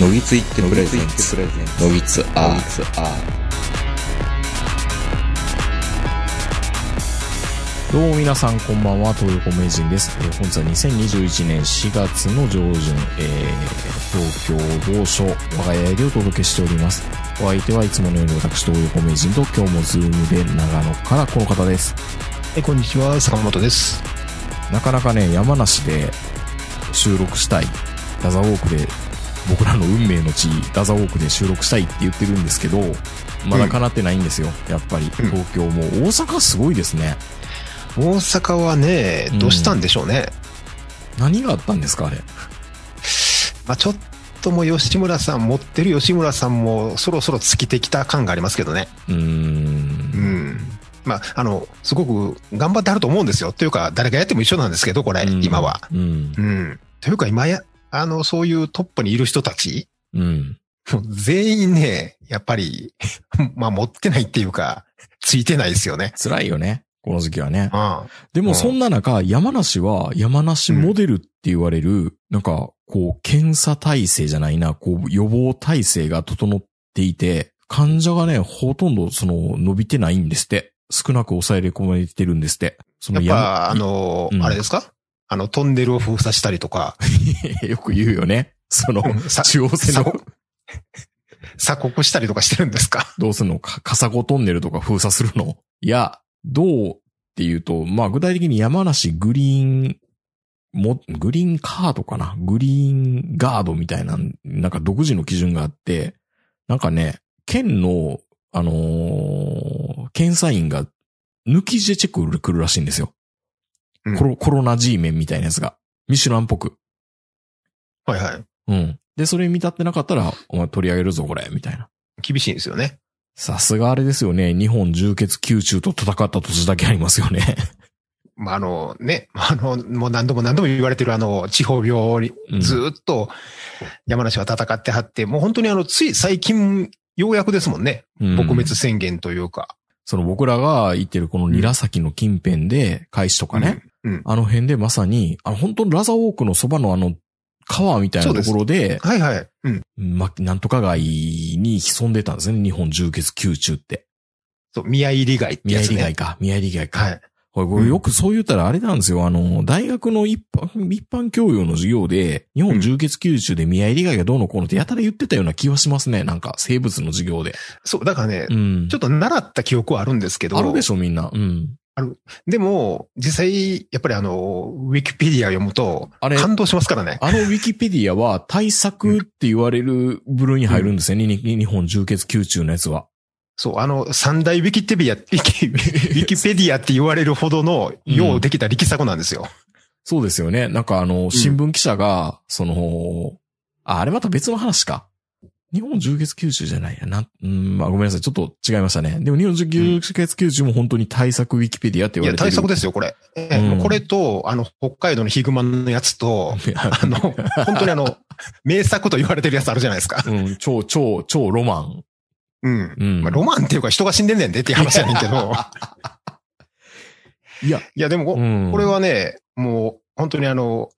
のぎついってプレゼンツのぎつアーツアどうも皆さんこんばんは、東横名人です。えー本日は2021年4月の上旬、えー東京某所、我が家よりお届けしております。お相手はいつものように私、東横名人と今日もズームで長野からこの方です。はい、こんにちは、坂本です。なかなかね、山梨で収録したい、ラザーウォークで、僕らの運命の地、ラザーウォークで収録したいって言ってるんですけど、まだ叶ってないんですよ、やっぱり。うん東京も、大阪すごいですね。大阪はね、どうしたんでしょうね。何があったんですか、あれ。まあ、ちょっともう吉村さん、持ってる吉村さんもそろそろ尽きてきた感がありますけどね。うーんう。ん。まあ、あの、すごく頑張ってあると思うんですよ。というか、誰がやっても一緒なんですけど、これ、うん今は。。うんう。ん。というか、今や、あの、そういうトップにいる人たち、うん。もう全員ね、やっぱり、 まあ、持ってないっていうか、ついてないですよね。辛いよね。この時期はねう。ん。でうもんそんな中、山梨は山梨モデルって言われる、なんか、こう、検査体制じゃないな、こう、予防体制が整っていて、患者がね、ほとんどその、伸びてないんですって。少なく抑え込まれてるんですって。そやのっぱ、あ山、の、うんあれですかあの、トンネルを封鎖したりとか、 よく言うよね。そ の、さ中央線の鎖、鎖国したりとかしてるんですかどうするのか、笠子トンネルとか封鎖するのいや、どうっていうと、まあ具体的に山梨グリーン、も、グリーンカードかなグリーンガードみたいな、なんか独自の基準があって、なんかね、県の、あのー検査員が抜き字でチェック来るらしいんですよ。うんコロコロナ G メンみたいなやつが。ミシュランっぽく。はいはい。うん。で、それ見立ってなかったら、お前取り上げるぞ、これ、みたいな。厳しいんですよね。さすがあれですよね。日本重血宮中と戦った年だけあります よね。まあ、あのね、 あの、もう何度も何度も言われてるあの、地方病にうんずーっと山梨は戦ってはって、もう本当にあの、つい最近、ようやくですもんね。うん撲滅宣言というか。その僕らが行ってるこの韮崎の近辺で、開始とかね、うんうんあの辺でまさに、あの本当にラザウォークのそばのあの川みたいなところで、はいはい。うん。ま、なんとか街に潜んでたんですね。日本重血宮中って。そう、宮入り街って宮やつ入ね。街か。宮入街か。はい。これこれよくそう言ったらあれなんですよ。あの、大学の一般、一般教養の授業で、日本重血吸中で見合い理解がどうのこうのってやたら言ってたような気はしますね。なんか、生物の授業で。そう、だからね、うん。ちょっと習った記憶はあるんですけど。あるでしょ、みんな。うん。でも、実際、やっぱりあの、ウィキペディア読むと、あれ感動しますからね。あのウィキペディアは対策って言われる部類に入るんですよね。に日本重血吸中のやつは。 そう、あの、三大ウィキテビア、ウィキ、ウィキペディアって言われるほどの、うんようできた力作なんですよ。そうですよね。なんかあの、新聞記者が、その、あ、あれまた別の話か。日本重血吸収じゃないやな。うん、まあごめんなさい。ちょっと違いましたね。でも日本重血吸収も本当に対策ウィキペディアってい言わや、れてる。対策ですよ、これ。ええうんもうこれと、あの、北海道のヒグマのやつと、 あの、本当にあの、名作と言われてるやつあるじゃないです か。うん、超、超、超ロマン。うん。うん。まあ、ロマンっていうか人が死んでんねんでっていう話やねんけど、いや、いや、でも、うん。これ、はね、もう本当にあの、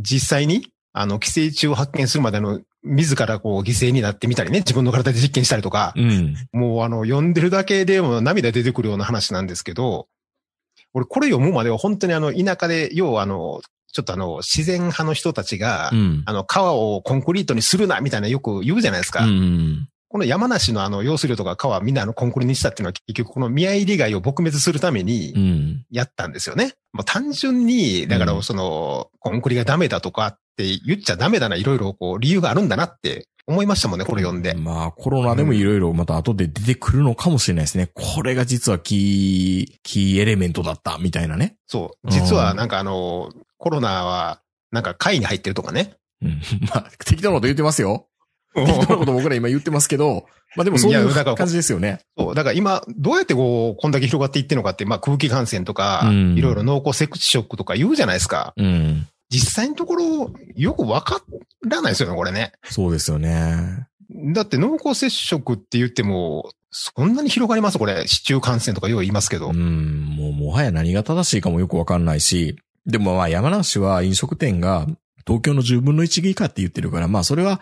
実際に、あの、寄生虫を発見するまでの、自らこう犠牲になってみたりね、自分の体で実験したりとか、うん。もうあの、読んでるだけでも涙出てくるような話なんですけど、俺これ読むまでは本当にあの、田舎で、要はあの、ちょっとあの、自然派の人たちが、うん。あの、川をコンクリートにするな、みたいなよく言うじゃないですか。うん。この山梨のあの、用水路とか川みんなあの、コンクリにしたっていうのは結局この見合い利害を撲滅するために、うん。やったんですよね。もう単純に、だかうんらその、コンクリがダメだとかって言っちゃダメだな、いろいろこう、理由があるんだなって思いましたもんね、これ読んで。まあ、コロナでもいろいろまた後で出てくるのかもしれないですね。これが実はキー、キーエレメントだった、みたいなね。そう。実うはんなんかあの、コロナは、なんか会に入ってるとかね。うん。 まあ、適当なこと言ってますよ。適当なこと僕ら今言ってますけど、まあでもそういいやだかうら感じですよね。そう。だから今、どうやってこう、こんだけ広がっていってるのかって、まあ空気感染とか、うんいろいろ濃厚接触とか言うじゃないですか。うん。実際のところ、よくわからないですよね、これね。そうですよね。だって濃厚接触って言っても、そんなに広がりますこれ、市中感染とかよう言いますけど。うん。もう、もはや何が正しいかもよくわかんないし、でもまあ山梨は飲食店が東京の10分の1以下って言ってるから、まあそれは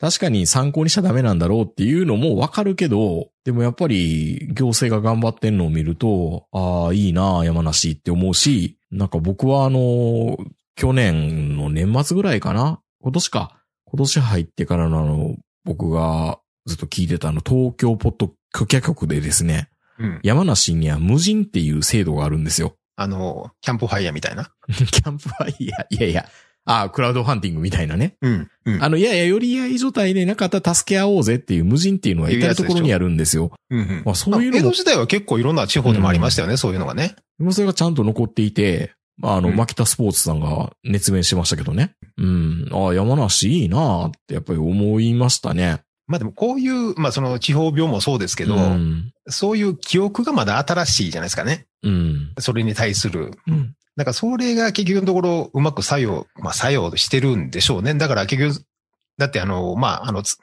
確かに参考にしちゃダメなんだろうっていうのもわかるけど、でもやっぱり行政が頑張ってんのを見ると、ああ、いいなあ、山梨って思うし、なんか僕はあの、去年の年末ぐらいかな今年か。今年入ってからのあの、僕がずっと聞いてたあの、東京ポッド許可局でですね、うん。山梨には無人っていう制度があるんですよ。 あの、キャンプファイヤーみたいな。キャンプファイヤー、いやいや、ああ、クラウドファンディングみたいなね。うん。うん。あの、いやいや、寄り合い状態でなかったら助け合おうぜっていう無人っていうのは至るところにあるんですよ。うんうんまあそういうの江も戸時代は結構いろんな地方でもありましたよね、そういうのがね。でもそれがちゃんと残っていて、まああの、うんマキタスポーツさんが熱弁してましたけどね。うん。ああ、山梨いいなあってやっぱり思いましたね。まあでもこういう、まあその地方病もそうですけど、うん。そういう記憶がまだ新しいじゃないですかね。うん。それに対する。うん。だからそれが結局のところうまく作用、まあ作用してるんでしょうね。だから結局、だってあの、まああの、つ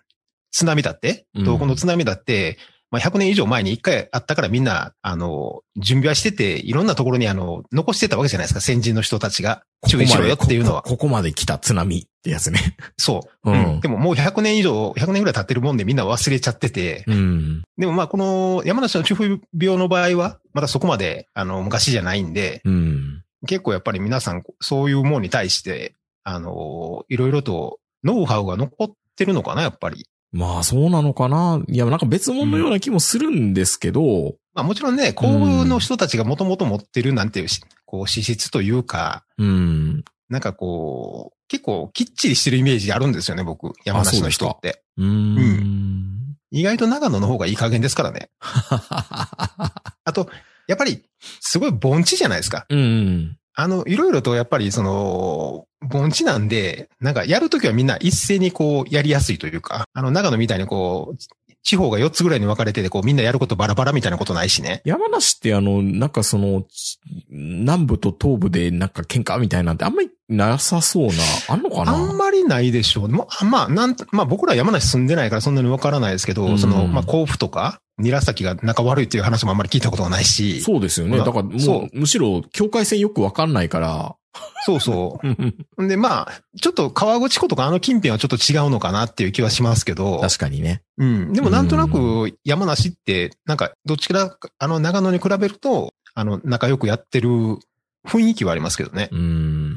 津波だって、うん東北の津波だって、まあ100年以上前に1回あったからみんな、あの、準備はしてて、いろんなところにあの、残してたわけじゃないですか。先人の人たちが注意しろよっていうのは。ここここまで来た津波ってやつね。そう。うんうんでももう100年以上、100年ぐらい経ってるもんでみんな忘れちゃってて、うん。でもまあこの山梨の中風病の場合は、まだそこまであの昔じゃないんで、うん。結構やっぱり皆さんそういうものに対して、あの、いろいろとノウハウが残ってるのかな、やっぱり。まあそうなのかな。いや、なんか別物のような気もするんですけど、まあもちろんね、幸運の人たちがもともと持ってるなんていうし、こう資質というか、うん。なんかこう、結構きっちりしてるイメージあるんですよね、僕。山梨の人あそっうて。うーん。意外と長野の方がいい加減ですか らね。あと、やっぱり、すごい盆地じゃないですか。うん。あの、いろいろとやっぱりその、盆地なんで、なんかやるときはみんな一斉にこうやりやすいというか、あの長野みたいにこう、地方が4つぐらいに分かれてて、こうみんなやることバラバラみたいなことないしね。山梨ってあの、なんかその、ち南部と東部でなんか喧嘩みたいなんてあんまりなさそうな、あんのかなあんまりないでしょう。もうあまあ、なんと、まあ僕ら山梨住んでないからそんなに分からないですけど、うんその、まあ甲府とか、韮崎が仲悪いっていう話もあんまり聞いたことがないし、そうですよね。ほだらからも、そうむしろ境界線よくわかんないから、そうそうんう。んでまあ、ちょっと川口湖とかあの近辺はちょっと違うのかなっていう気はしますけど、確かにね。うん。でもなんとなく山梨って、なんかどっちからか、あの長野に比べると、あの仲良くやってる雰囲気はありますけどねう。ん。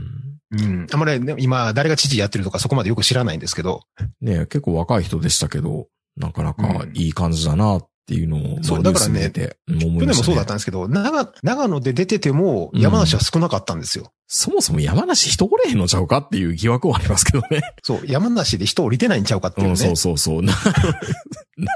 うん。あんまりね今誰が知事やってるとかそこまでよく知らないんですけど。ね結構若い人でしたけど、なかなかうんいい感じだなっていうのを、そうまあだからねニュース見てて思去い年ました、もね。そうだったんですけど、長長野で出ててもうん山梨は少なかったんですよ。そもそも山梨人おれへんのちゃうかっていう疑惑はありますけどね。そう。山梨で人降りてないんちゃうかっていう うね。ん、そそううそうそう。なな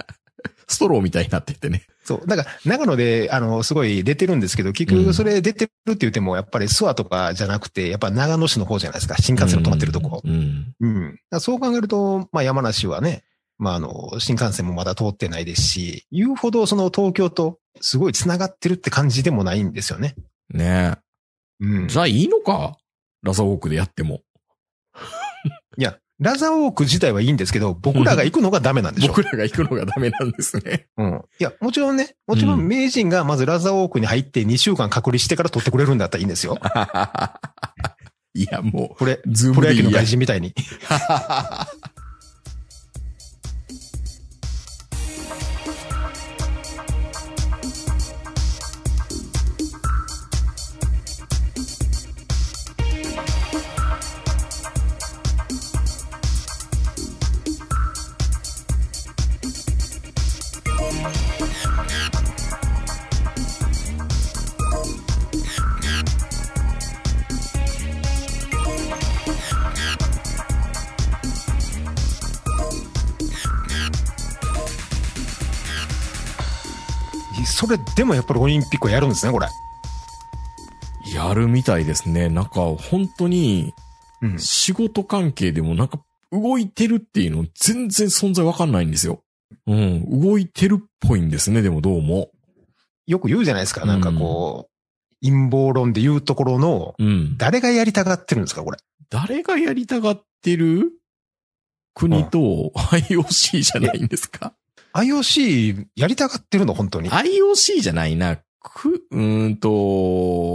ストローみたいになっててね。だから長野で、あの、すごい出てるんですけど、結うん局それ出てるって言っても、やっぱり諏訪とかじゃなくて、やっぱ長野市の方じゃないですか。新幹線の止まってるとこ。うん。うん。だからそう考えると、まあ山梨はね、まああの、新幹線もまだ通ってないですし、言うほどその東京とすごい繋がってるって感じでもないんですよね。ねえ。うん。じゃあいいのかラザウォークでやっても。いや、ラザーウォーク自体はいいんですけど、僕らが行くのがダメなんでしょ。僕らが行くのがダメなんですね。 うん。いや、もちろんね、もちろうんん名人がまずラザーウォークに入って2週間隔離してから取ってくれるんだったらいいんですよ。いや、もこれ、う、ズープムロで野球のいいや外人みたいに。それでもやっぱりオリンピックはやるんですね、これ。やるみたいですね。なんか、本当に、うん。仕事関係でもなんか、動いてるっていうの全然存在わかんないんですよ。うん。動いてるっぽいんですね、でもどうも。よく言うじゃないですか、なんかこう、陰謀論で言うところの、うん。誰がやりたがってるんですか、これ。誰がやりたがってる国と IOC じゃないんですか IOC やりたがってるの本当に。 ?IOC じゃないな。く、うーんと、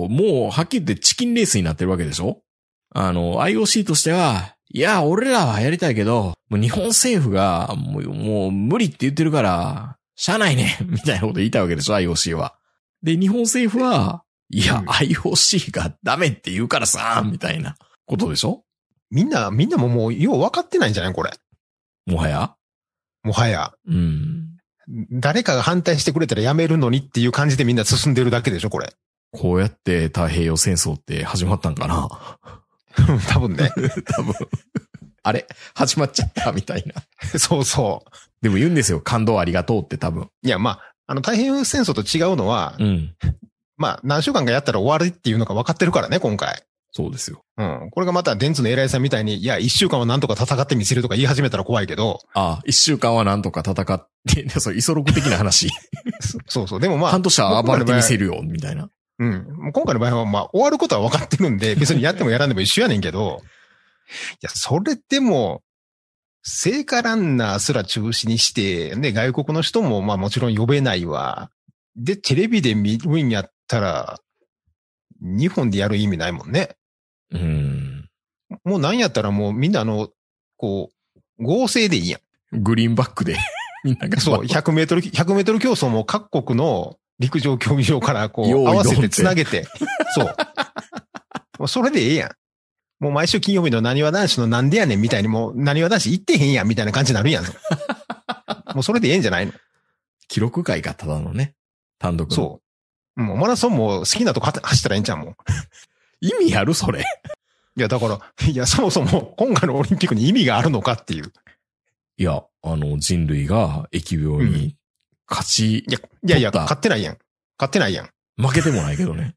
もうはっきり言ってチキンレースになってるわけでしょあの、IOC としては、いや、俺らはやりたいけど、もう日本政府が、もう、もう無理って言ってるから、しゃあないね、 みたいなこと言いたいわけでしょ、IOC は。で、日本政府は、いや、うん IOC がダメって言うからさ、みたいなことでしょみんな、みんなももうよう分かってないんじゃないこれ。もはや。もはや。うん。誰かが反対してくれたらやめるのにっていう感じでみんな進んでるだけでしょこれ。 こうやって太平洋戦争って始まったんかな 多分ね。 多分。あれ始まっちゃったみたいな。そうそう。でも言うんですよ。感動ありがとうって多分。いや、まあ、あの、太平洋戦争と違うのは、うん。まあ、何週間かやったら終わるっていうのが分かってるからね、今回。そうですよ。うん。これがまた、電通の偉いさんみたいに、いや、一週間はなんとか戦ってみせるとか言い始めたら怖いけど、 ああ、一週間はなんとか戦って、 そう、イソロク的な話。そそうそう。でもまあ半、年は暴れてみせるよ、みたいな。うん。もう今回の場合は、まあ、終わることは分かってるんで、別にやってもやらんでも一緒やねんけど、いや、それでも、聖火ランナーすら中止にして、ね、外国の人も、まあ、もちろん呼べないわ。で、テレビで見るんやったら、日本でやる意味ないもんね。うん。もうなんやったらもうみんなあの、こう、合成でいいやグリーンバックで、 みんなが。ん。そう、100メートル、100メートル競争も各国の陸上競技場から こう、用意合わせドンっててつなげて。そう。もうそれでええやん。もう毎週金曜日の何わ男子のなんでやねんみたいにもう何わ男子行ってへんやんみたいな感じになる やん。もうそれでええんじゃないの記録会がただのね。単独の。そう。もうマラソンも好きなとこは走ったらええんちゃうもん。意味あるそれ。いや、だから、いや、そもそも今回のオリンピックに意味があるのかっていう。いや、あの、人類が疫病に勝ちい、や、いやいや、取った勝ってないやん。勝ってないやん。負けてもないけどね。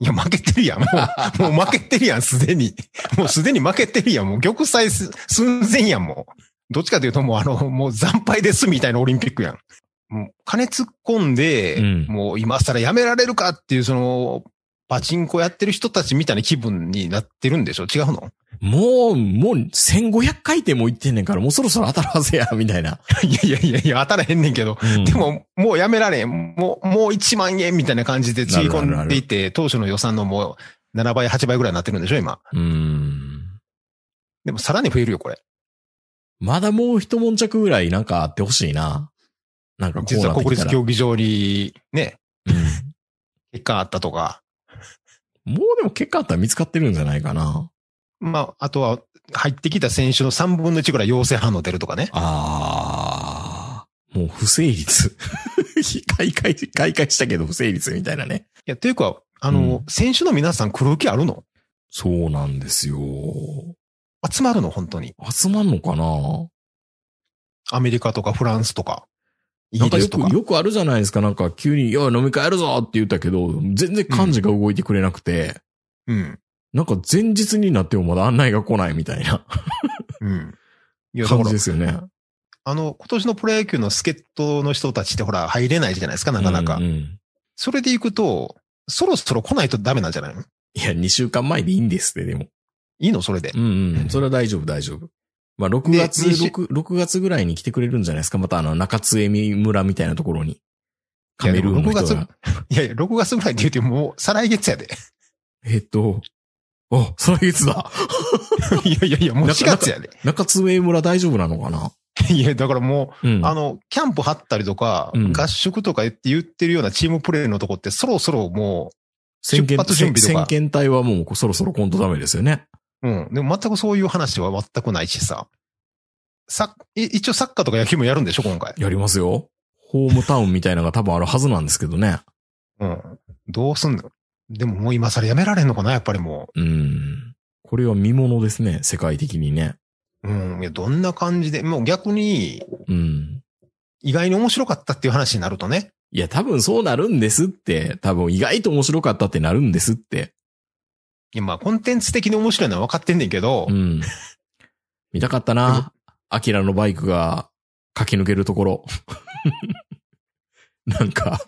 いや、負けてるやん。もう、もう負けてるやん、すでに。もうすでに負けてるやん。もう玉砕す寸前やん、もう。どっちかというと、もうあの、もう惨敗ですみたいなオリンピックやん。もう、金突っ込んで、 うんもう今更やめられるかっていう、その、パチンコやってる人たちみたいな気分になってるんでしょ違うの もう、もう1500回転も行ってんねんから、もうそろそろ当たるはずや、みたいな。いやいやいやいや、当たらへんねんけど。うんで、も、もうやめられん。もう、もう1万円みたいな感じでつぎ込んでいて、当初の予算のもう7倍、8倍ぐらいになってるんでしょ今。うん。でもさらに増えるよ、これ。まだもう一悶着ぐらいなんかあってほしいな。なんかこう実なはって国きた立ら。競技場にね、うん結果あったとか、もうでも結果あったら見つかってるんじゃないかな。まあ、あとは入ってきた選手の3分の1ぐらい陽性反応出るとかね。あー。もう不成立。 開会、開会したけど不成立みたいなね。いや、というか、あの、うん選手の皆さん黒気あるのそうなんですよ。集まるの本当に。集まんのかなアメリカとかフランスとか、イなんギかリよスとか。く、よくあるじゃないですか。なんか急に、いや、飲み会やるぞって言ったけど、全然幹事が動いてくれなくて、うん。なんか前日になってもまだ案内が来ないみたいなうん。いや、だ感かじらで、すよね。あの、今年のプロ野球の助っ人の人たちってほら、入れないじゃないですか、なかなか。うんうんそれで行くと、そろそろ来ないとダメなんじゃないのいや、2週間前でいいんですって、でも。いいのそれでう。んうん。それは大丈夫、大丈夫。まあ、6で月、二週6、6月ぐらいに来てくれるんじゃないですか。またあの、中津江見村みたいなところに。カメルーンのいや人でもが六。いやいや、6月ぐらいって言うても、再来月や で。えっと、あ、再来月だ。いやいやいや、もう4月やで。中津江村大丈夫なのかないや、だからもうんう、。あの、キャンプ張ったりとか、うん合宿とか言って言ってるようなチームプレーのとこって、そろそろも先出発準備とか先遣隊はもうそろそろコントダメですよね。う、うん。でも全くそういう話は全くないしさ。さ、い一応サッカーとか野球もやるんでしょ、今回。やりますよ。ホームタウンみたいなのが多分あるはずなんですけどね。うん。どうすんのでももう今更やめられんのかな、やっぱりもうん。これは見物ですね。世界的にね。う。うん。いや、どんな感じで、もう逆に、うん。意外に面白かったっていう話になるとね。いや、多分そうなるんですって。多分意外と面白かったってなるんですって。いや、まあ、コンテンツ的に面白いのは分かってんねんけど、うん。見たかったな。アキラのバイクが駆け抜けるところ。 なんか、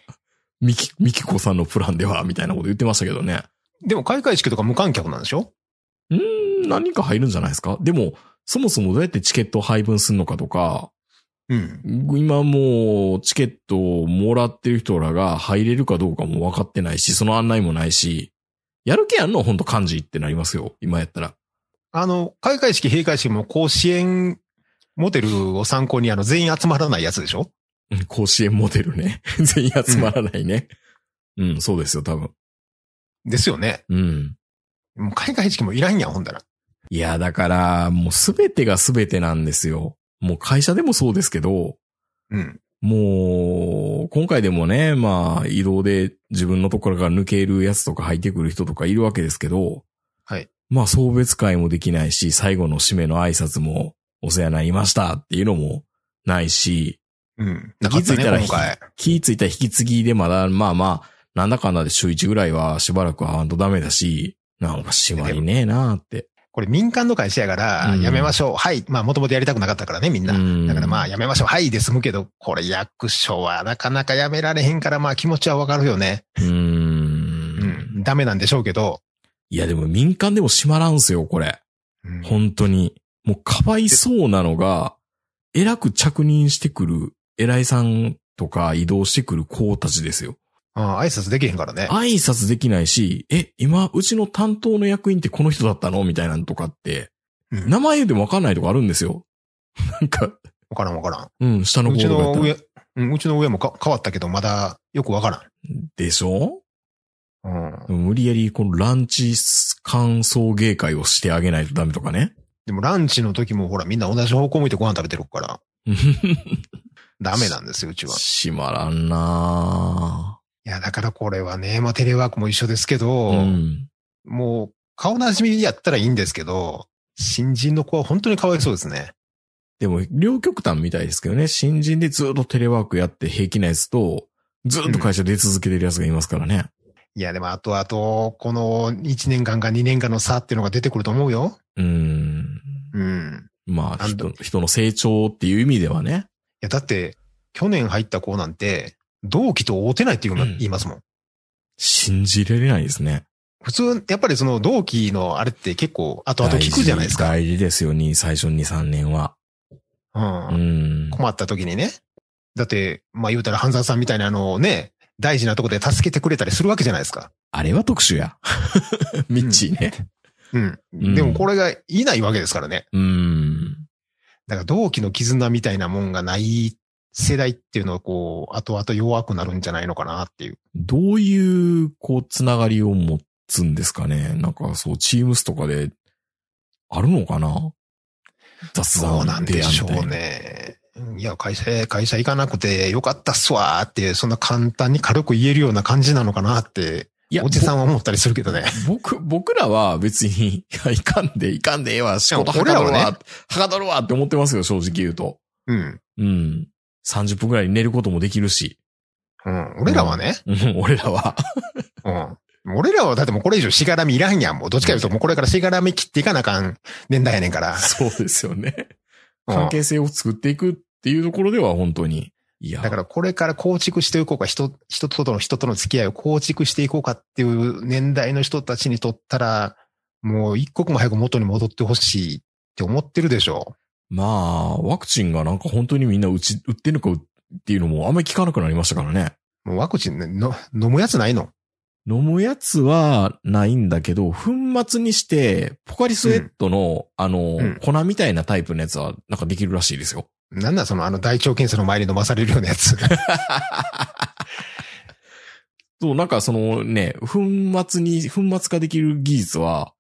ミキ、ミキコさんのプランでは、みたいなこと言ってましたけどね。でも開会式とか無観客なんでしょうーん、何か入るんじゃないですかでも、そもそもどうやってチケットを配分するのかとか、うん。今もうチケットをもらってる人らが入れるかどうかも分かってないし、その案内もないし、やる気やんのほんと幹事ってなりますよ。今やったら。あの、開会式、閉会式も甲子園モデルを参考にあの全員集まらないやつでしょうん甲子園モデルね。 全員集まらないね。うん、そうですよ、多分。ですよね。うん。もう開会式もいらんやん、ほんだら。いや、だから、もうすべてがすべてなんですよ。もう会社でもそうですけど、うん。もう、今回でもね、まあ、移動で自分のところから抜けるやつとか入ってくる人とかいるわけですけど、はい。まあ、送別会もできないし、最後の締めの挨拶も、お世話になりましたっていうのもないし、うん。なかった気づね、いたら今回。気ぃついた引き継ぎでまだ、まあまあ、なんだかんだで週1ぐらいはしばらく会わんとダメだし、なんか締まりねえなあって。これ民間の会社やから、うんやめましょう。はい。まあ、もともとやりたくなかったからね、みんな。だからまあ、あ、やめましょう。はい、で済むけど、これ役所はなかなかやめられへんから、まあ、気持ちはわかるよね。うー。うんん。ダメなんでしょうけど。いやでも民間でも締まらんすよ、これ。うん本当に。もうかわいそうなのが、偉く着任してくる偉いさんとか移動してくる子たちですよ。ああ挨拶できへんからね。挨拶できないし、え、今、うちの担当の役員ってこの人だったのみたいなのとかって、うん名前でもわかんないとかあるんですよ。なんか、わからんわからうん、下のん。う子ちとかやのったら上、うんうちの上もか変わったけど、まだよくわからでしょん。うん。無理やりこのランチ感送迎会をしてあげないとダメとかね。でもランチの時もほらみんな同じ方向向いてご飯食べてるから、ダメなんですよ、うちは。閉まらんないや、だからこれはね、まあテレワークも一緒ですけど、ぁうん。もう顔なじみやったらいいんですけど、新人の子は本当にかわいそうですね。でも、両極端みたいですけどね。新人でずっとテレワークやって平気なやつと、ずっと会社出続けてるやつがいますからね。いや、でもあとあと、この1年間か2年間の差っていうのが出てくると思うよ。うん。うん。まあ、なんだ人人の成長っていう意味ではね。いや、だって、去年入った子なんて、同期と会うてないっていうのうん言いますもん。信じられないですね。普通、やっぱりその同期のあれって結構後々聞くじゃないですか。大事大事ですよ、に最初に3年は。うんうん。困った時にね。だって、まあ言うたら半沢さんみたいなあのね、大事なとこで助けてくれたりするわけじゃないですか。あれは特殊 や。ミッチーね。うん。うんでもこれがいないわけですからね。うん。だから同期の絆みたいなもんがない世代っていうのはこう、後々弱くなるんじゃないのかなっていう。どういう、こう、つながりを持つんですかねなんか、そう、チームスとかで、あるのかな雑談そうなんでしょ出会うみたいな。ね。いや、会社、会社行かなくてよかったっすわーって、そんな簡単に軽く言えるような感じなのかなって、いや、おじさん。んは思ったりするけどね。僕、僕らは別に、 いや、いかんで、いかんでええわ、仕事は俺からどはるわ、ねはかどるわって思ってますよ、正直言うと。うん。うん。30分くらい寝ることもできるし。うん。俺らはね、うん、俺ら は。うん。俺らはだってもうこれ以上しがらみいらんやん。もうどっちかというともうこれからしがらみ切っていかなあかん年代やねんから。そうですよね。うん関係性を作っていくっていうところでは本当に。いや、だからこれから構築していこうか、人、人との人との付き合いを構築していこうかっていう年代の人たちにとったら、もう一刻も早く元に戻ってほしいって思ってるでしょ。まあ、ワクチンがなんか本当にみんな打ち、打ってんのかっていうのもあんまり聞かなくなりましたからね。もうワクチンね、の、飲むやつないの飲むやつはないんだけど、粉末にして、ポカリスエットの、あの、うん粉みたいなタイプのやつはなんかできるらしいですよ。なんだそのあの大腸検査の前に飲まされるようなやつ。 そう、なんかそのね、粉末に、粉末化できる技術は、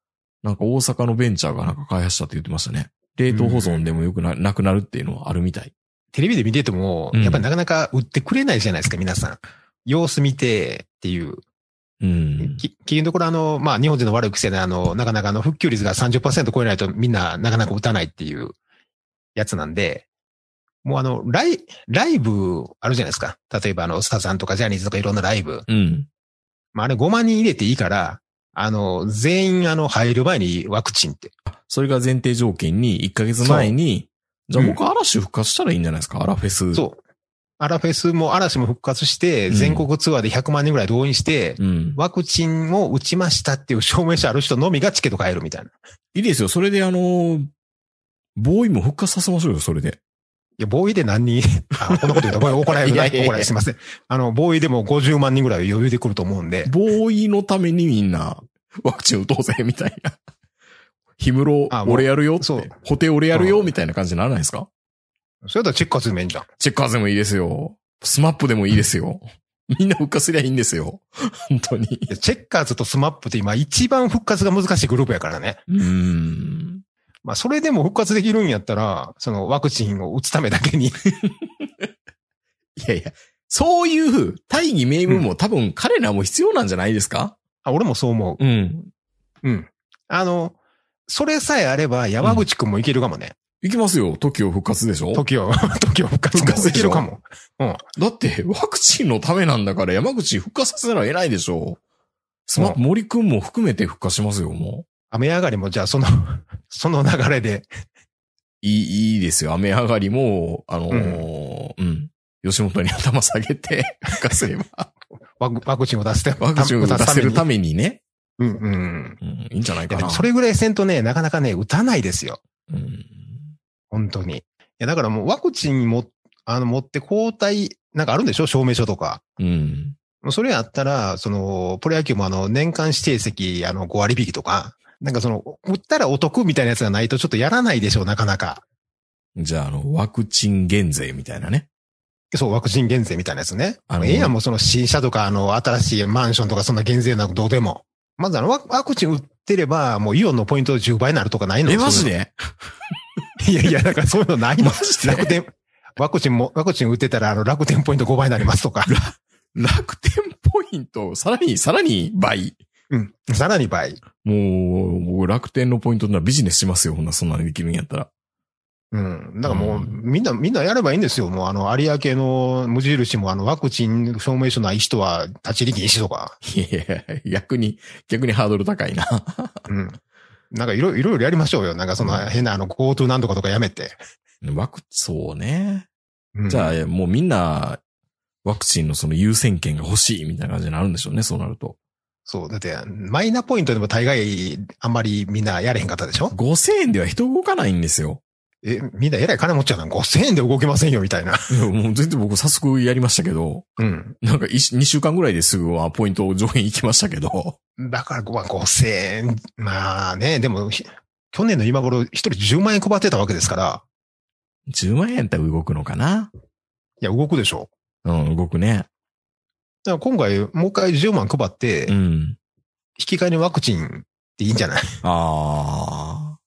なんか大阪のベンチャーがなんか開発したって言ってましたね。冷凍保存でもよくな、なくなるっていうのはあるみたい。テレビで見てても、うんやっぱりなかなか売ってくれないじゃないですか、皆さん。様子見てっていう。うん。き結局のところあの、まあ、日本人の悪い癖で、あの、なかなかあの、復旧率が30%超えないとみんななかなか打たないっていうやつなんで、もうあの、ライ、ライブあるじゃないですか。例えばあの、スタさんとかジャニーズとかいろんなライブ。うん。まあ、あれ5万人入れていいから、あの、全員あの、入る前にワクチンって。それが前提条件に、1ヶ月前に、じそゃうあ僕嵐復活したらいいんじゃないですか、アラフェス。そう。アラフェスも嵐も復活して、うん全国ツアーで100万人ぐらい動員して、うん。ワクチンを打ちましたっていう証明書ある人のみがチケット買えるみたいな。いいいですよ。それであの、ボーイも復活させましょうよ、それで。や、ボーイで何人、 あ、こんなこと言う とこれ怒られるいやな。いやいや怒られるすいません。あの、ボーイでも50万人ぐらいは余裕で来ると思うんで、ボーイのためにみんな、ワクチン打とうぜ、みたいな。氷室あ、もう俺やるよってそう、補定俺やるうよ、んみたいな感じにならないですかそれだったらチェッカーズでもいいんじゃん。チェッカーズでもいいですよ。スマップでもいいです よ。みんな復活すりゃいいんですよ。本当に。でチェッカーズとスマップって今一番復活が難しいグループやからね。うーん。まあそれでも復活できるんやったら、そのワクチンを打つためだけに。 いやいや、そういう大義名分も多分彼らも必要なんじゃないですかあ、俺もそう思う。うん。うん。あの、それさえあれば山口くんもいけるかもね。いきますよ、時を復活でしょ時 を、時を復活復活もでしょいけるかも。だって、ワクチンのためなんだから山口復活させなら得ないでしょスマップ森くんも含めて復活しますよ、もう。雨上がりもじゃあその、その流れで。いい、いいですよ。雨上がりも、あのーうん、吉本に頭下げて 復活すれば、ワクワクチンを出すたワクチンを出せるためにね、めに。うんうん。うん、いいんじゃないいかやでな。もそれぐらいせんとね、なかなかね、打たないですよ。うん、本当に。いや、だからもうワクチンも、あの、持って抗体、なんかあるんでしょ証明書とか。うん。もうそれやったら、その、プロ野球もあの、年間指定席、あの、5割引きとか、なんかその、売ったらお得みたいなやつがないとちょっとやらないでしょう、なかなか。じゃあ、あの、ワクチン減税みたいなね。そう、ワクチン減税みたいなやつね。あのええやん、もうその新車とか、あの、新しいマンションとか、そんな減税なんかどうでも。まずあの、ワワクチン売ってれば、もうイオンのポイント10倍になるとかないのえ、マジそういうでのいやいや、だからそういうのないマの。ジ 楽で天、ワクチンも、ワクチン打ってたら、あの、楽天ポイント5倍になりますと か。楽天ポイント、さらに、さらに倍。うん。さらに倍。もう、僕楽天のポイントならビジネスしますよ、ほんなそんなにできるんやったら。うん。だからうもう、んみんな、みんなやればいいんですよ。もう、あの、有明の無印も、あの、ワクチン証明書ない人は、立ち入り禁止と か。いやいやいや逆に、逆にハードル高いな。うん。なんかいろいろ、いろいろやりましょうよ。なんかその、変な、あの、GoTo なんとかとかやめて。ワク、そうね。うんじゃあ、もうみんな、ワクチンのその優先権が欲しいみたいな感じになるんでしょうね、そうなると。そう。だって、マイナポイントでも大概、あんまりみんなやれへんかったでしょ5000円では人動かないんですよ。え、みんなえらい金持っちゃうな。5000円で動けませんよ、みたいな。いやもう全然僕早速やりましたけど、うん。なんか2週間ぐらいですぐはポイント上限行きましたけど、だから、まあ5000円。まあね、でも、ひ去年の今頃、一人10万円配ってたわけですから、 10万円って動くのかないや、動くでしょ。うん、動くね。だから今回、もう一回10万配って、う引ん。き換えにワクチンっていいんじゃない あ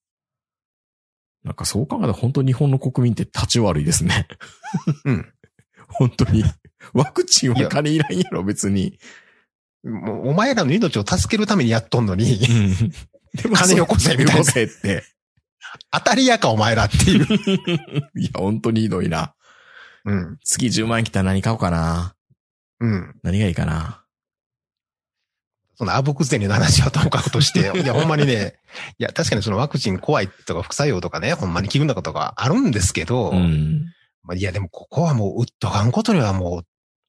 ー。なんかそう考えたら本当日本の国民って立ち悪いですね。うん。 本当に。ワクチンは金いらんやろ、別に。もうお前らの命を助けるためにやっとんのに、 でも金よこせみたい 金よこなせって。当たりやかお前らっていう。いや、本当にひどいな。うん。月10万円来たら何買おうかな。うん。何がいいかな。そのあぶくぜにの話はともかくとして、 いや、ほんまにね、いや、確かにそのワクチン怖いとか副作用とかね、ほんまに聞くんだことがあるんですけど、うん。まあ、いや、でもここはもう、うっとかんことにはもう、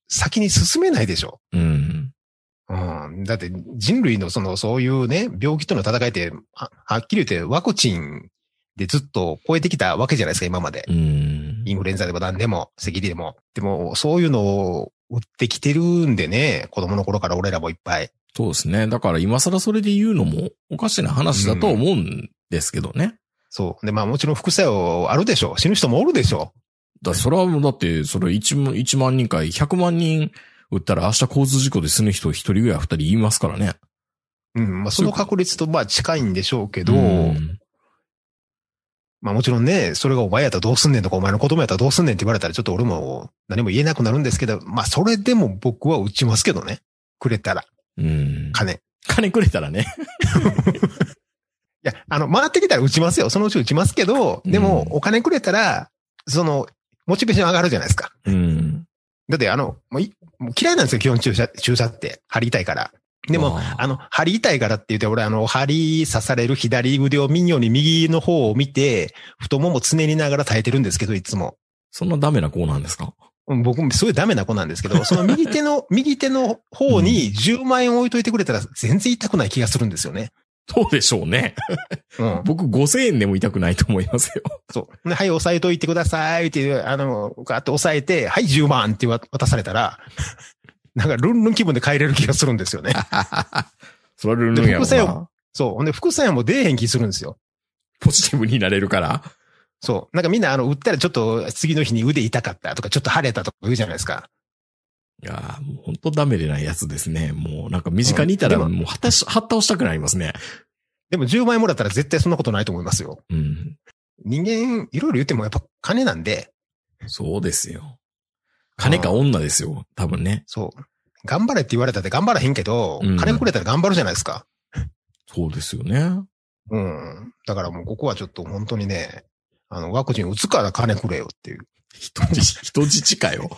先に進めないでしょ。うん。うん。だって、人類のその、そういうね、病気との戦いって、ははっきり言ってワクチンでずっと超えてきたわけじゃないですか、今まで。うん。インフルエンザでも何でも、赤痢でも。でも、そういうのを打ってきてるんでね、子供の頃から俺らもいっぱい。そうですね。だから今更それで言うのもおかしな話だとは思うんですけどね。そう。で、まあもちろん副作用あるでしょう。死ぬ人もおるでしょだそれはもうだって、それ1万1万人回100万人打ったら明日交通事故で死ぬ人1人ぐらい2人いますからね。う。うん。まあその確率とまあ近いんでしょうけど、んまあもちろんね、それがお前やったらどうすんねんとか、お前の子供やったらどうすんねんって言われたらちょっと俺も何も言えなくなるんですけど、まあそれでも僕は打ちますけどね。くれたら、うん。金。い金くれたらね。や、あの、回ってきたら打ちますよ。そのうち打ちますけど、でもうんお金くれたら、その、モチベーション上がるじゃないですか。うん。だってあの、もういもう嫌いなんですよ、基本注射、注射って。針痛いから。でも、あーあの、針痛いからって言って、俺あの、針刺される左腕を見んように右の方を見て、太ももつねりながら耐えてるんですけど、いつも。そんなダメな子なんですかうん僕もすごいダメな子なんですけど、その右手の、右手の方に10万円置いといてくれたら全然痛くない気がするんですよね。そうでしょうね。うん。僕5000円でも痛くないと思います よ。そう。ではい、押さえといてくださいって、あの、ガーッと押さえて、はい、10万って渡されたら、 なんかルンルン気分で帰れる気がするんですよね。それはルンルンやろうで副作な用。そう。ほんで、副作用も出えへん気するんですよ。ポジティブになれるから。そう。なんかみんな、あの、打ったらちょっと次の日に腕痛かったとか、ちょっと腫れたとか言うじゃないですか。いやーもう本当ダメでないやつですね。もうなんか身近にいたらうんでももうはたし、はったをしたくなりますね。でも10万円もらったら絶対そんなことないと思いますよ。うん。人間、いろいろ言ってもやっぱ金なんで、そうですよ。金か女ですよ。多分ね。そう。頑張れって言われたって頑張らへんけど、うん金くれたら頑張るじゃないですか。そうですよね。うん。だからもうここはちょっと本当にね、あの、ワクチン打つから金くれよっていう。 人質、人質かよ。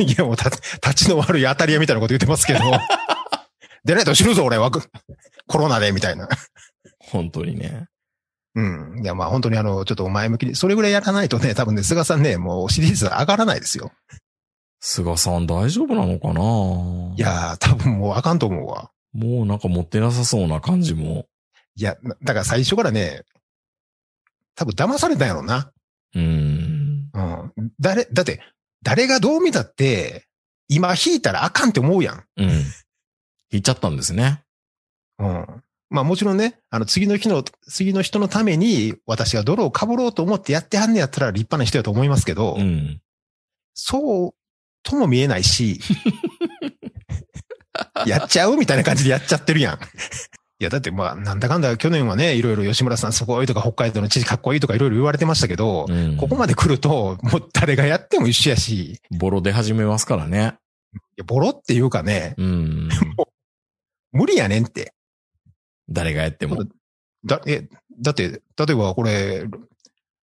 いや、もうた、立ちの悪い当たり屋みたいなこと言ってますけど。 出ないと死ぬぞ、俺、ワク、コロナで、みたいな。本当にね。うん。いや、まあ本当にあの、ちょっと前向きに、それぐらいやらないとね、多分ね、菅さんね、もう支持率上がらないですよ。菅さん大丈夫なのかないい、やー、多分もうあかんと思うわ。もうなんか持ってなさそうな感じも。いや、なだから最初からね、多分騙されたんやろうな。うーん。うん。誰、だって、誰がどう見たって、今引いたらあかんって思うやん。うん。引いちゃったんですね。うん。まあもちろんね、あの次の日の、次の人のために私が泥をかぶろうと思ってやってはんねやったら立派な人やと思いますけど、うん。そうとも見えな いし、やっちゃうみたいな感じでやっちゃってるやん。いや、だってまあ、なんだかんだ去年はね、いろいろ吉村さんすごいとか北海道の知事かっこいいとかいろいろ言われてましたけど、うん、ここまで来ると、もう誰がやっても一緒やし、いボロ出始めますからね。やボロっていうかね、 うん。無理やねんって。誰がやっても。だ、え、だって、例えばこれ、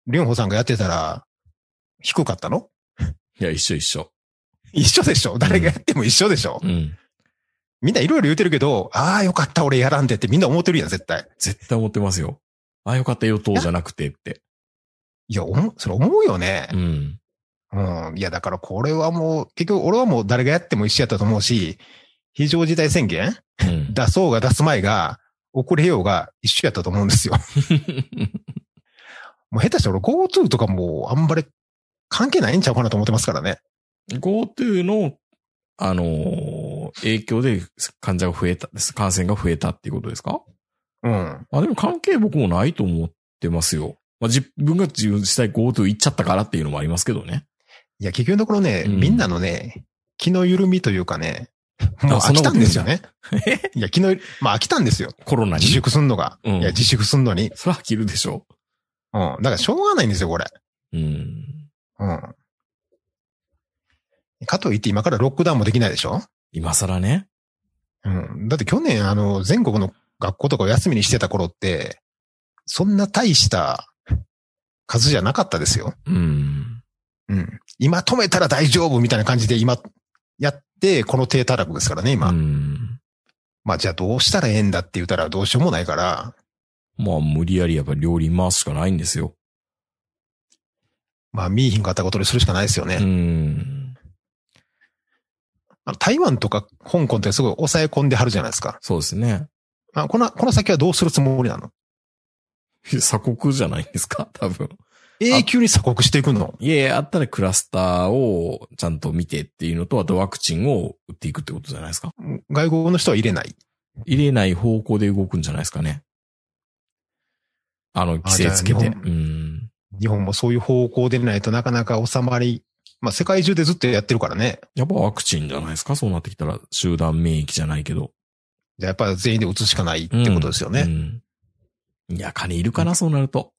りょんほさんがやってたら、低かったのいや、一緒一緒。一緒でしょ誰がやっても一緒でしょ、うん。みんないろいろ言ってるけど、ああ、よかった、俺やらんでってみんな思ってるやん、絶対。絶対思ってますよ。あ、よかった、与党じゃなくて って。いや、おもそれ思うよねう。ん。うん。いや、だからこれはもう、結局俺はもう誰がやっても一緒やったと思うし、非常事態宣言 うん。出そうが出す前が、遅れようが一緒やったと思うんですよ。もう下手したら俺 GoTo とかもうあんまり関係ないんちゃうかなと思ってますからね。 GoTo の、あのー影響で患者が増えた、感染が増えたっていうことですかうん。あ、でも関係僕もないと思ってますよ。まあ、自分が自実際 GoTo 行っちゃったからっていうのもありますけどね。いや、結局のところね、うんみんなのね、気の緩みというかね、あもう飽きたんですよね。そんなこと言うん いや、気の、まあ飽きたんですよ。コロナに自。粛すんのが。うんいや、自粛すんのに。それは飽きるでしょうん。だからしょうがないんですよ、これ。う。うん。うん。かといって今からロックダウンもできないでしょ今更ね。うん。だって去年、あの、全国の学校とかを休みにしてた頃って、そんな大した数じゃなかったですよ。うん。うん。今止めたら大丈夫みたいな感じで今やって、この低たらくですからね、今。うん。まあじゃあどうしたらええんだって言ったらどうしようもないから、まあ、無理やりやっぱり両輪回すしかないんですよ。まあ見えひんかったことにするしかないですよね。うん。あの台湾とか香港ってすごい抑え込んではるじゃないですか。そうですね。あこの、この先はどうするつもりなの鎖国じゃないですか多分。永久に鎖国していくのいやいや、あったらクラスターをちゃんと見てっていうのと、あとワクチンを打っていくってことじゃないですか。外国の人は入れない。入れない方向で動くんじゃないですかね。あの、規制つけじて。ゃうあ日本ん。日本もそういう方向でないとなかなか収まり、まあ世界中でずっとやってるからね。やっぱワクチンじゃないですかそうなってきたら、集団免疫じゃないけど。じゃあやっぱ全員で打つしかないってことですよね。うん。いや、金いるかなそうなると。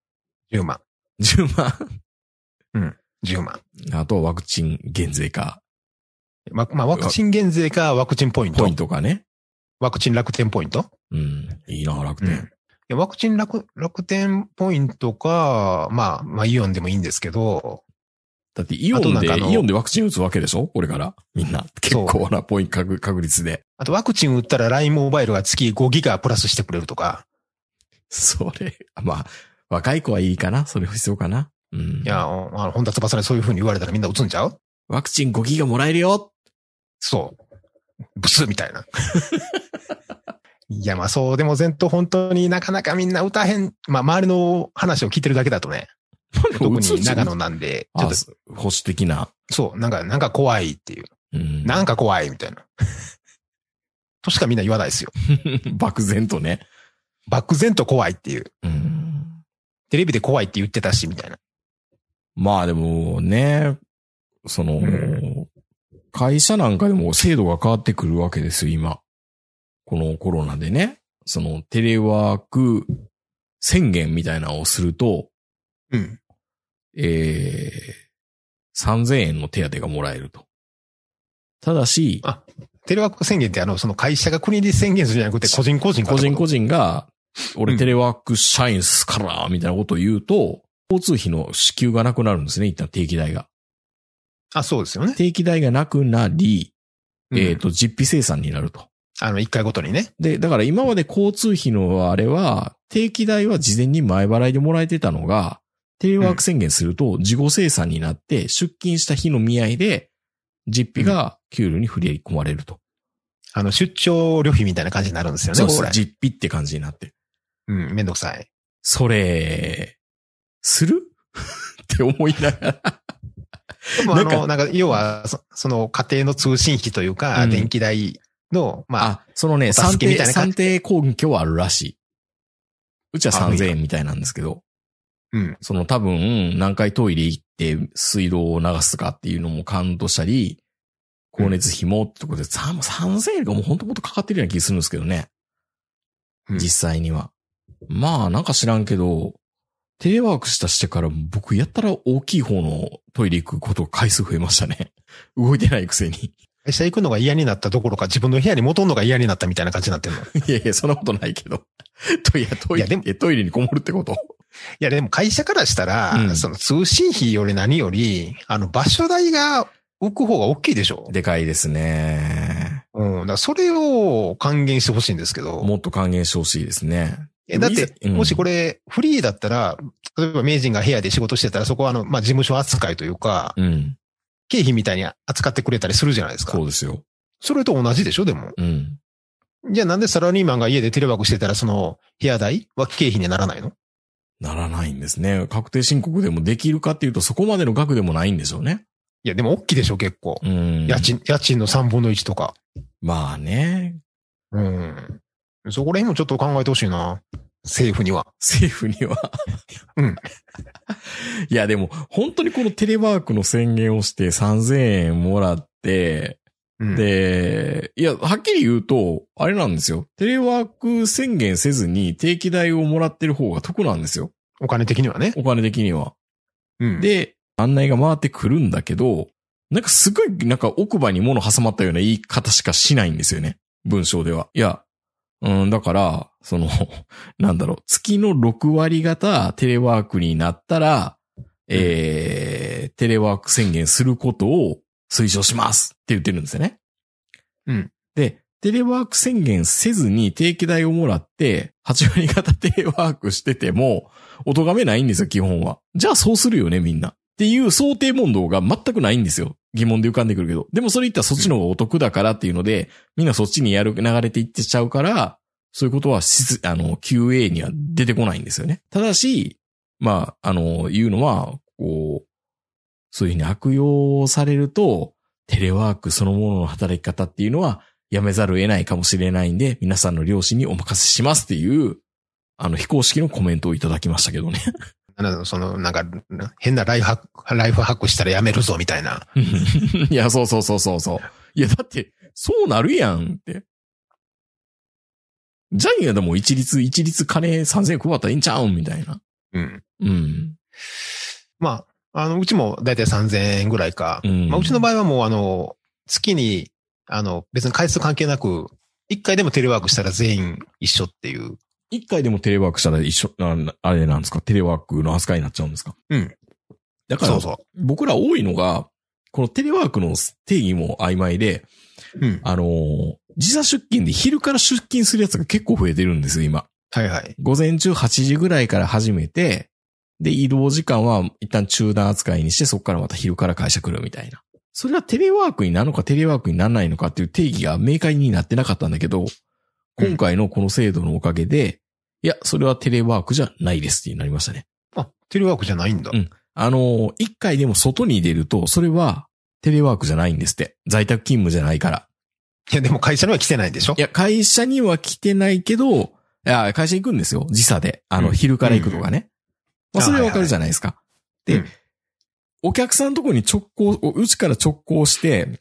10万、 10万。 10万。あとはワクチン減税か、ま、まあワクチン減税かワクチンポイント。ポイントかね。ワクチン楽天ポイント。うん。いいな、楽うんい天。やワクチン楽楽天ポイントか、まあ、まあイオンでもいいんですけど、だってイオあとンなんでかあ、のイオンでワクチン打つわけでしょこれから。みんな。結構なポイント確確率で。あとワクチン打ったら LINE モバイルが月5ギガプラスしてくれるとか。 それ、まあ、若い子はいいかなそれ必要かなうん。いや、あの、本田翼にそういう風に言われたらみんな打つんちゃうワクチン5ギガもらえるよそう。ブスみたいな。いや、まあそう、でも前途本当になかなかみんな歌へん。まあ周りの話を聞いてるだけだとね、 特に長野なんで、ちょっ あ、と、そ保守的な。そう、なんか、なんか怖いっていう。うん。 なんか怖いみたいな。 としかみんな言わないですよ。漠然とね。漠然と怖いっていう。うん。テレビで怖いって言ってたし、みたいな。まあでもね、その、うん会社なんかでも制度が変わってくるわけですよ、今。このコロナでね、そのテレワーク宣言みたいなのをすると、うん。えー、3000円の手当がもらえると。ただし、あテレワーク宣言ってあの、その会社が国で宣言するんじゃなくて、個人個人が個人個人が、う俺んテレワーク社員っすから、みたいなことを言うと、交通費の支給がなくなるんですね、一旦定期代が。あ、そうですよね。定期代がなくなり、うんえっ、と、実費生産になると。あの、一回ごとにね。で、だから今まで交通費のあれは、定期代は事前に前払いでもらえてたのが、テレワーク宣言すると、自己生産になって、出勤した日の見合いで、実費が給料に振り込まれると。あの、出張旅費みたいな感じになるんですよね、そうこそうれ、。実費って感じになってる。うん、めんどくさい。それ、する って思いながら。でもなあんの、なんか、要はそ、その、家庭の通信費というか、うん電気代の、まあ、あ、そのね、お助算けみ定、たいな感算じ定根拠はあるらしい。うちはあるんや3000円みたいなんですけど。うん、その多分、何回トイレ行って水道を流すかっていうのもカウントしたり、光熱費もってことで、さ3000円がもう本当もっとかかってるような気がするんですけどね。うん実際には。まあ、なんか知らんけど、テレワークしたしてから僕やったら大きい方のトイレ行くこと回数増えましたね。 動いてないくせに。会社行くのが嫌になったどころか、自分の部屋に戻るのが嫌になったみたいな感じになってる の。い いやいや、そんなことないけど。 トイレ、トイいやでもレ、トイレにこもるってこと。や、でも会社からしたら、うんその通信費より何より、あの、場所代が浮く方が大きいでしょ。でかいですね。うん、だからそれを還元してほしいんですけど。もっと還元してほしいですね。え、だっいざて、うんもしこれ、フリーだったら、例えば名人が部屋で仕事してたら、そこはあの、まあ、事務所扱いというか、うん。経費みたいに扱ってくれたりするじゃないですかそ。うですよ。それと同じでしょ、でも。うん。じゃあなんでサラリーマンが家でテレワークしてたら、その、部屋代は経費にならないのならないんですね。確定申告でもできるかっていうと、そこまでの額でもないんでしょうね。いや、でも大きいでしょ、結構。うん。家賃、家賃の3分の1とか。まあね。うん。そこら辺もちょっと考えてほしいな。政府には。。政府にはうん。 いや、でも、本当にこのテレワークの宣言をして3000円もらって、うん、で、いや、はっきり言うと、あれなんですよ。テレワーク宣言せずに定期代をもらってる方が得なんですよ。お金的にはね。お金的には。うん。で、案内が回ってくるんだけど、なんかすごい、なんか奥歯に物挟まったような言い方しかしないんですよね。文章では。いや、うん、だから、その、 なんだろう、月の6割方テレワークになったら、えー、テレワーク宣言することを推奨しますって言ってるんですよね。うん。で、テレワーク宣言せずに定期代をもらって、8割方テレワークしてても、お咎めないんですよ、基本は。じゃあそうするよね、みんな。っていう想定問答が全くないんですよ。疑問で浮かんでくるけど。でもそれ言ったらそっちの方がお得だからっていうので、みんなそっちにやる、流れていってちゃうから、そういうことはしつ、あの、QA には出てこないんですよね。ただし、まあ、あの、言うのは、こう、そういうふうに悪用されると、テレワークそのものの働き方っていうのは、やめざるを得ないかもしれないんで、皆さんの両親にお任せしますっていう、あの、非公式のコメントをいただきましたけどね。なんかその、なんか、変なライフハック、ライフハックしたらやめるぞ、みたいな。 いや、そうそうそうそうそう。いや、だって、そうなるやんって。ジャニーがでも一律、一律金3000円配ったらいいんちゃうんみたいな。うん。うん。まあ、あの、うちもだいたい3000円ぐらいか。うん。まあ、うちの場合はもう、あの、月に、あの、別に回数関係なく、一回でもテレワークしたら全員一緒っていう。一回でもテレワークしたら一緒、ああれなんですかテレワークの扱いになっちゃうんですかうん。だかそらう、そ僕ら多いのが、このテレワークの定義も曖昧で、う。うん。あのー時差出勤で昼から出勤するやつが結構増えてるんですよ、今。はいはい。午前中8時ぐらいから始めて、で、移動時間は一旦中断扱いにして、そこからまた昼から会社来るみたいな。それはテレワークになるのかテレワークにならないのかっていう定義が明快になってなかったんだけど、今回のこの制度のおかげで、いや、それはテレワークじゃないですってなりましたね。あ、テレワークじゃないんだ。うんあの、一回でも外に出ると、それはテレワークじゃないんですって。在宅勤務じゃないから。いや、でも会社には来てないでしょいや、会社には来てないけど、いや、会社行くんですよ。時差で。あの、うん昼から行くとかね。まあ、それはわはいかはるいじゃないですか。で、うんお客さんのところに直行、おうちから直行して、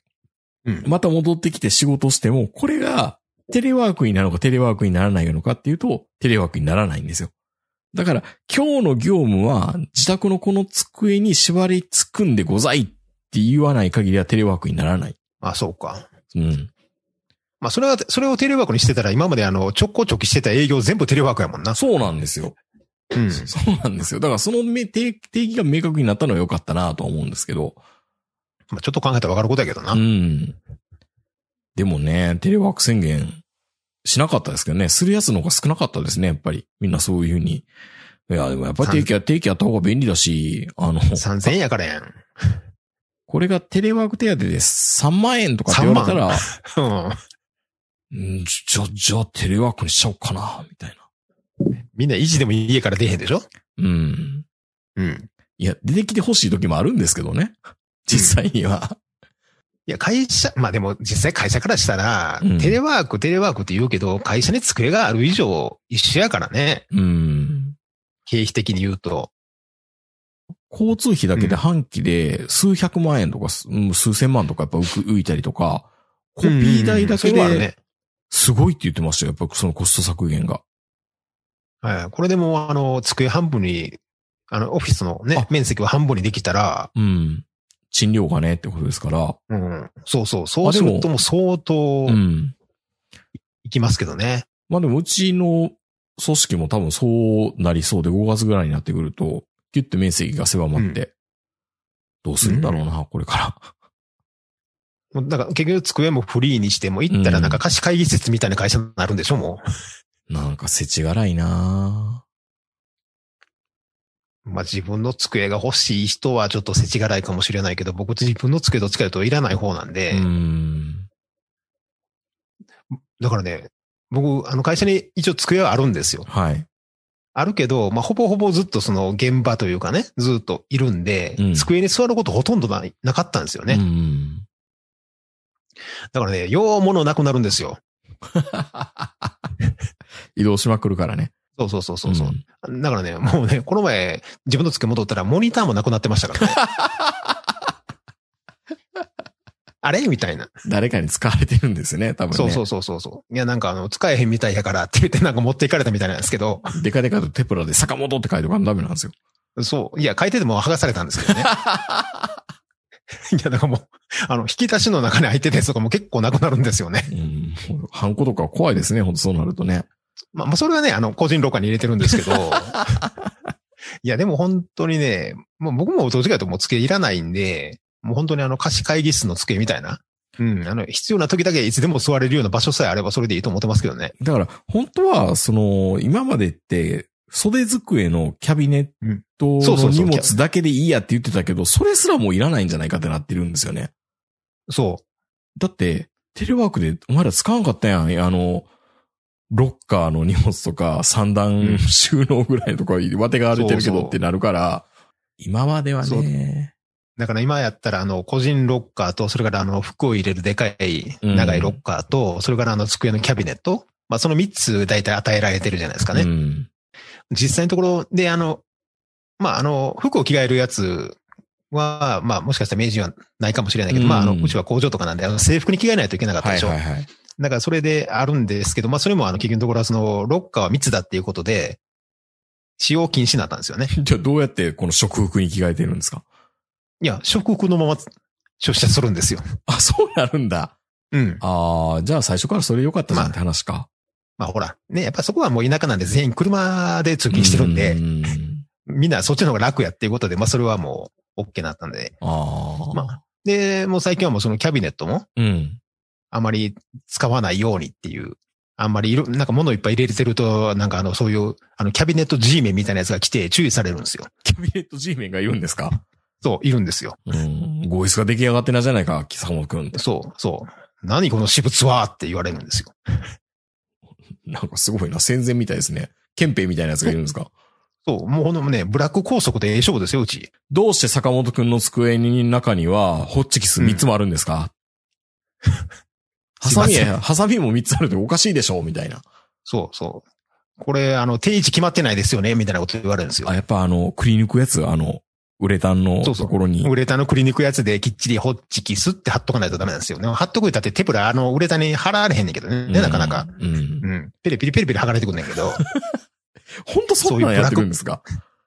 うん。また戻ってきて仕事しても、これがテレワークになるのかテレワークにならないのかっていうと、テレワークにならないんですよ。だから、今日の業務は自宅のこの机に縛りつくんでございって言わない限りはテレワークにならない。あ、そうか。うん。まあ、それは、それをテレワークにしてたら、今まであの、直行直帰してた営業全部テレワークやもんな。そうなんですよ。うん。そうなんですよ。だからそのめ定定義が明確になったのは良かったなとは思うんですけど。まあ、ちょっと考えたらわかることやけどな。うん。でもね、テレワーク宣言しなかったですけどね、するやつの方が少なかったですね、やっぱり。みんなそういうふうに。いや、でもやっぱり定期は定期やった方が便利だし、あの、 3000円やから やん。これがテレワーク手当で3万円とかって言われたら、うん。うんじゃ、じゃあテレワークにしちゃおうかな、みたいな。みんな意地でも家から出へんでしょうん。うん。いや、出てきてほしい時もあるんですけどね。実際には。いや、会社、まあでも実際会社からしたら、うんテレワーク、テレワークって言うけど、会社に机がある以上一緒やからね。うん。経費的に言うと。交通費だけで半期で数百万円とかす、うん数千万とかやっぱ浮く浮いたりとか、コピー代だけうんうんうんそれはあるでね。すごいって言ってましたよ。やっぱそのコスト削減が。はい。これでも、あの、机半分に、あの、オフィスのあね、面積を半分にできたら、うん。賃料がねってことですから。うん。そうそう。そうするともう相当うん。いきますけどね。まあでもうちの組織も多分そうなりそうで5月ぐらいになってくると、ギュッて面積が狭まって、どうするんだろうな、これから。もうだから結局机もフリーにしても行ったらなんか貸し会議室みたいな会社になるんでしょ、も なんか世知辛いなう。まあ自分の机が欲しい人はちょっと世知辛いかもしれないけど、僕自分の机どっちかというといらない方なんで、うん。だからね、僕、あの会社に一応机はあるんですよ。はい。あるけど、まあほぼほぼずっとその現場というかね、ずっといるんで、うん机に座ることほとんどないなかったんですよね。 うん。だからね、ようものなくなるんですよ。移動しまくるからね。そうそうそうそうそう。んだからね、もうね、この前、自分の机戻ったら、モニターもなくなってまし たからね。あれみたいな。誰かに使われてるんですよね、多分ね。そうそうそうそうそう。いや、なんか、あの、使えへんみたいやからって言って、なんか持っていかれたみたいなんですけど、でかでかとテプラで坂本って書いておかんとダメなんですよ。そう。いや、書いてても剥がされたんですけどね。 いや、だからもう、あの、引き出しの中に入ってたやつとかも結構なくなるんですよね。うん。ハンコとか怖いですね、ほんとそうなるとね。まあ、まあ、それはね、あの、個人廊下に入れてるんですけど、 いや、でも本当にね、もう僕もどっちかというともう机いらないんで、もう本当にあの貸し会議室の机みたいな。うん、あの、必要な時だけいつでも座れるような場所さえあればそれでいいと思ってますけどね。だから、本当は、その、今までって、袖机のキャビネットんそうそのうそ荷う物だけでいいやって言ってたけど、それすらもういらないんじゃないかってなってるんですよね。そだって、テレワークでお前ら使わんかったやん。いやあの、ロッカーの荷物とか三う段ん収納ぐらいのとこわてが歩いてるけそうどそうってなるから、今まではそうね、う。だから今やったらあの、個人ロッカーと、それからあの、服を入れるでかいうん長いロッカーと、それからあの、机のキャビネット。まあ、その3つ大体与えられてるじゃないですかね。うん。実際のところで、あの、まあ、あの、服を着替えるやつは、まあ、もしかしたら明治はないかもしれないけど、うんまあ、あの、うちは工場とかなんで、あの制服に着替えないといけなかったはでいしょ。はいはい。だからそれであるんですけど、まあ、それもあの、結局のところは、その、ロッカーは密だっていうことで、使用禁止になったんですよね。じゃあどうやってこの食服に着替えてるんですかいや、食服のまま出社するんですよ。 あ、そうなるんだ。うん。ああ、じゃあ最初からそれ良かったじゃんって話か。まあ、ほら、ね、やっぱそこはもう田舎なんで全員車で通勤してるんで、うんみんなそっちの方が楽やっていうことで、まあ、それはもう、OK になったんで。ああ。まあ、で、もう最近はもうそのキャビネットも、うん。あまり使わないようにっていう。あんまりいろ、なんか物いっぱい入れてると、なんかあの、そういう、あの、キャビネット G メンみたいなやつが来て注意されるんですよ。キャビネット G メンがいるんですかそう、いるんですよ。うん。ゴイスが出来上がってなじゃないか、木坂くんって。そう、そう。何この私物はって言われるんですよ。なんかすごいな。戦前みたいですね。憲兵みたいなやつがいるんですかそう、もうほんのね、ブラック拘束でええ勝負ですよ、うち。どうして坂本くんの机の中には、ホッチキス3つもあるんですか、ハサミすいませや、ハサミも3つあるっておかしいでしょみたいな。そう、そう。これ、あの、定位置決まってないですよね、みたいなこと言われるんですよあ、。やっぱあの、くり抜くやつ、あの、ウレタンのそうそうところに。ウレタンのくりにくやつできっちりホッチキスって貼っとかないとダメなんですよね。貼っとくいたってテプラ、あの、ウレタンに貼られへんねんけどね。うんなかなか。。うん。うん。ペリペリペリペリ剥がれてくんねんけ ど。ほんとそんなんやってくるんですか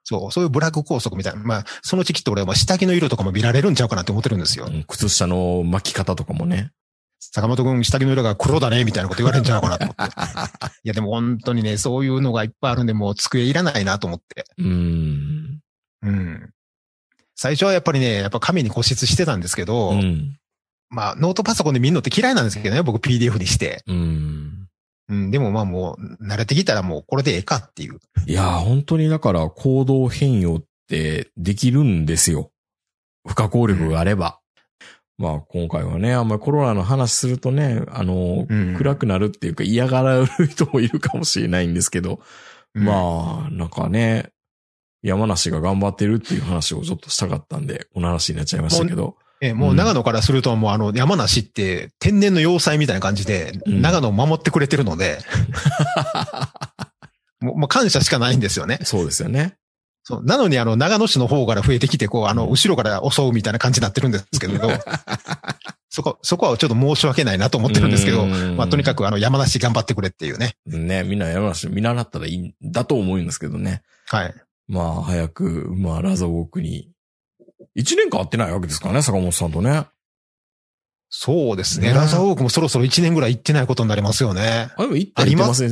そう、そういうブラック拘束みたいな。まあ、そのうちきっと俺はもう下着の色とかも見られるんちゃうかなって思ってるんですよう。ん靴下の巻き方とかもね。坂本くん、下着の色が黒だね、みたいなこと言われるんちゃうかな と思って。いや、でも本当にね、そういうのがいっぱいあるんで、もう机いらないなと思って。うん。うん。最初はやっぱりね、やっぱ紙に固執してたんですけど、うん。まあ、ノートパソコンで見るのって嫌いなんですけどね、僕 PDF にして。うん。うん、でもまあもう、慣れてきたらもうこれでええかっていう。いやー、本当にだから行動変容ってできるんですよ。不可抗力があれば。まあ今回はね、あんまりコロナの話するとね、あの、うん暗くなるっていうか嫌がられる人もいるかもしれないんですけど、うんまあ、なんかね、山梨が頑張ってるっていう話をちょっとしたかったんで、この話になっちゃいましたけど。ええ、もううん長野からするともうあの山梨って天然の要塞みたいな感じで、うん長野を守ってくれてるの で、もうもう感謝しかないんですよね。そうですよね。そうなのにあの長野市の方から増えてきて、こうあの後ろから襲うみたいな感じになってるんですけれ ど、そこ、そこはちょっと申し訳ないなと思ってるんですけど、まあとにかく。くあの山梨頑張ってくれっていうね。ね、みんな山梨見習ったらいいんだと思うんですけどね。はい。まあ、早く、まあ、ラザウォークに。一年間会ってないわけですからね、坂本さんとね。そうですね。ねラザーウォークもそろそろ1年ぐらい行ってないことになりますよね。あ、でも行ったありり行ってまますせ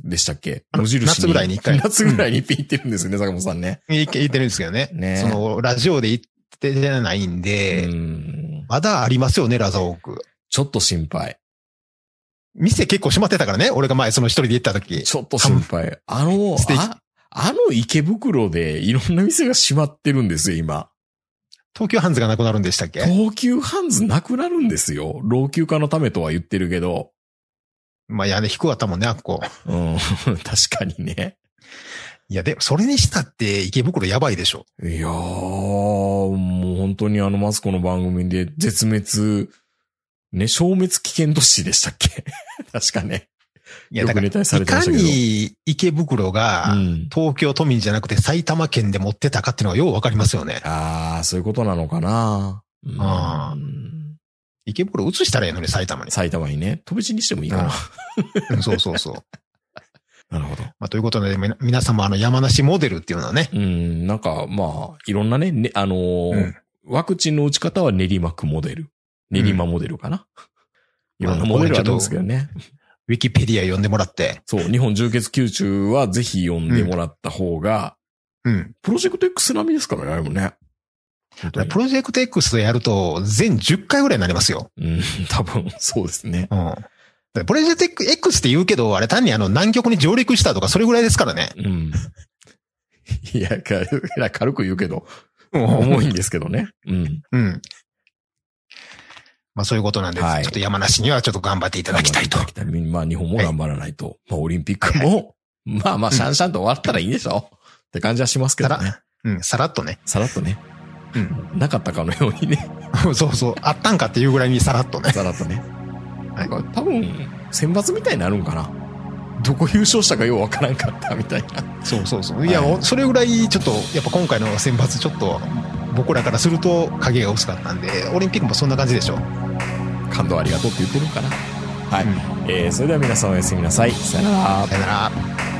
んでしたっけあの無印夏ぐらいに一 回夏ぐらいにピン行ってるんですよね、坂本さんね。行って行ってるんですけどね。ねそのラジオで行ってないんで、うんまだありますよね、ラザーウォーク。ちょっと心配。店結構閉まってたからね。俺が前その一人で行った時。ちょっと心配。あのステー、キあ、あの池袋でいろんな店が閉まってるんですよ、今。東急ハンズがなくなるんでしたっけ東急ハンズなくなるんですよ。老朽化のためとは言ってるけど。まあ屋根低かったもんね、あっこ。 うん、確かにね。いや、でもそれにしたって池袋やばいでしょ。いやー、もう本当にあのマスコの番組で絶滅、ね、消滅危険都市でしたっけ 確かね。いや、だかよくネら、タにされいてまかしたけどに池袋うがん。東京都民じゃなくて埼玉県で持ってたかっていうのがようわかりますよね。あー、そういうことなのかな。うんあ池袋移したらいいのに埼玉に。埼玉にね、飛び地にしてもいいかな。うんそうそう そう。なるほど。まあ、ということで、みな皆様あの山梨モデルっていうのはね。うん、なんか、まあ、いろんなね、ねあのーうんワクチンの打ち方は練馬区モデル。練馬モデルかな。うんいろんなモデルあるんですけどね。ウィキペディア読んでもらって。そう、日本重血吸中はぜひ読んでもらった方が、うん。プロジェクト X 並みですからね、あれもね。本当にプロジェクト X でやると全10回ぐらいになりますよ。うん、多分、そうです ね。うん。だからプロジェクト X って言うけど、あれ単にあの南極に上陸したとかそれぐらいですか らね。うん。いや、かいや軽く言うけど、うん。重いんですけどね。うん。まあそういうことなんです、はいちょっと山梨にはちょっと頑張っていただきたいと頑張。ってただきたいまあ、日本も頑張らないと。まあ、オリンピックも、まあまあ、シャンシャンと終わったらいいでしょ、って感じはしますけさどらね。、うん、さらっとね。さらっとね。うん。 なかったかのようにね。そうそう。あったんかっていうぐらいにさらっとね。さらっとね。はいなんか多分、選抜みたいになるんかな。どこ優勝したかようわからんかったみたいな。そうそうそう。いいや、もうそれぐらいちょっと、やっぱ今回の選抜ちょっと、僕らからすると影が薄かったんで、オリンピックもそんな感じでしょ。感動ありがとうって言ってるんかな。はい。うんえー、それでは皆さんおやすみなさい。さよならさ。よなら。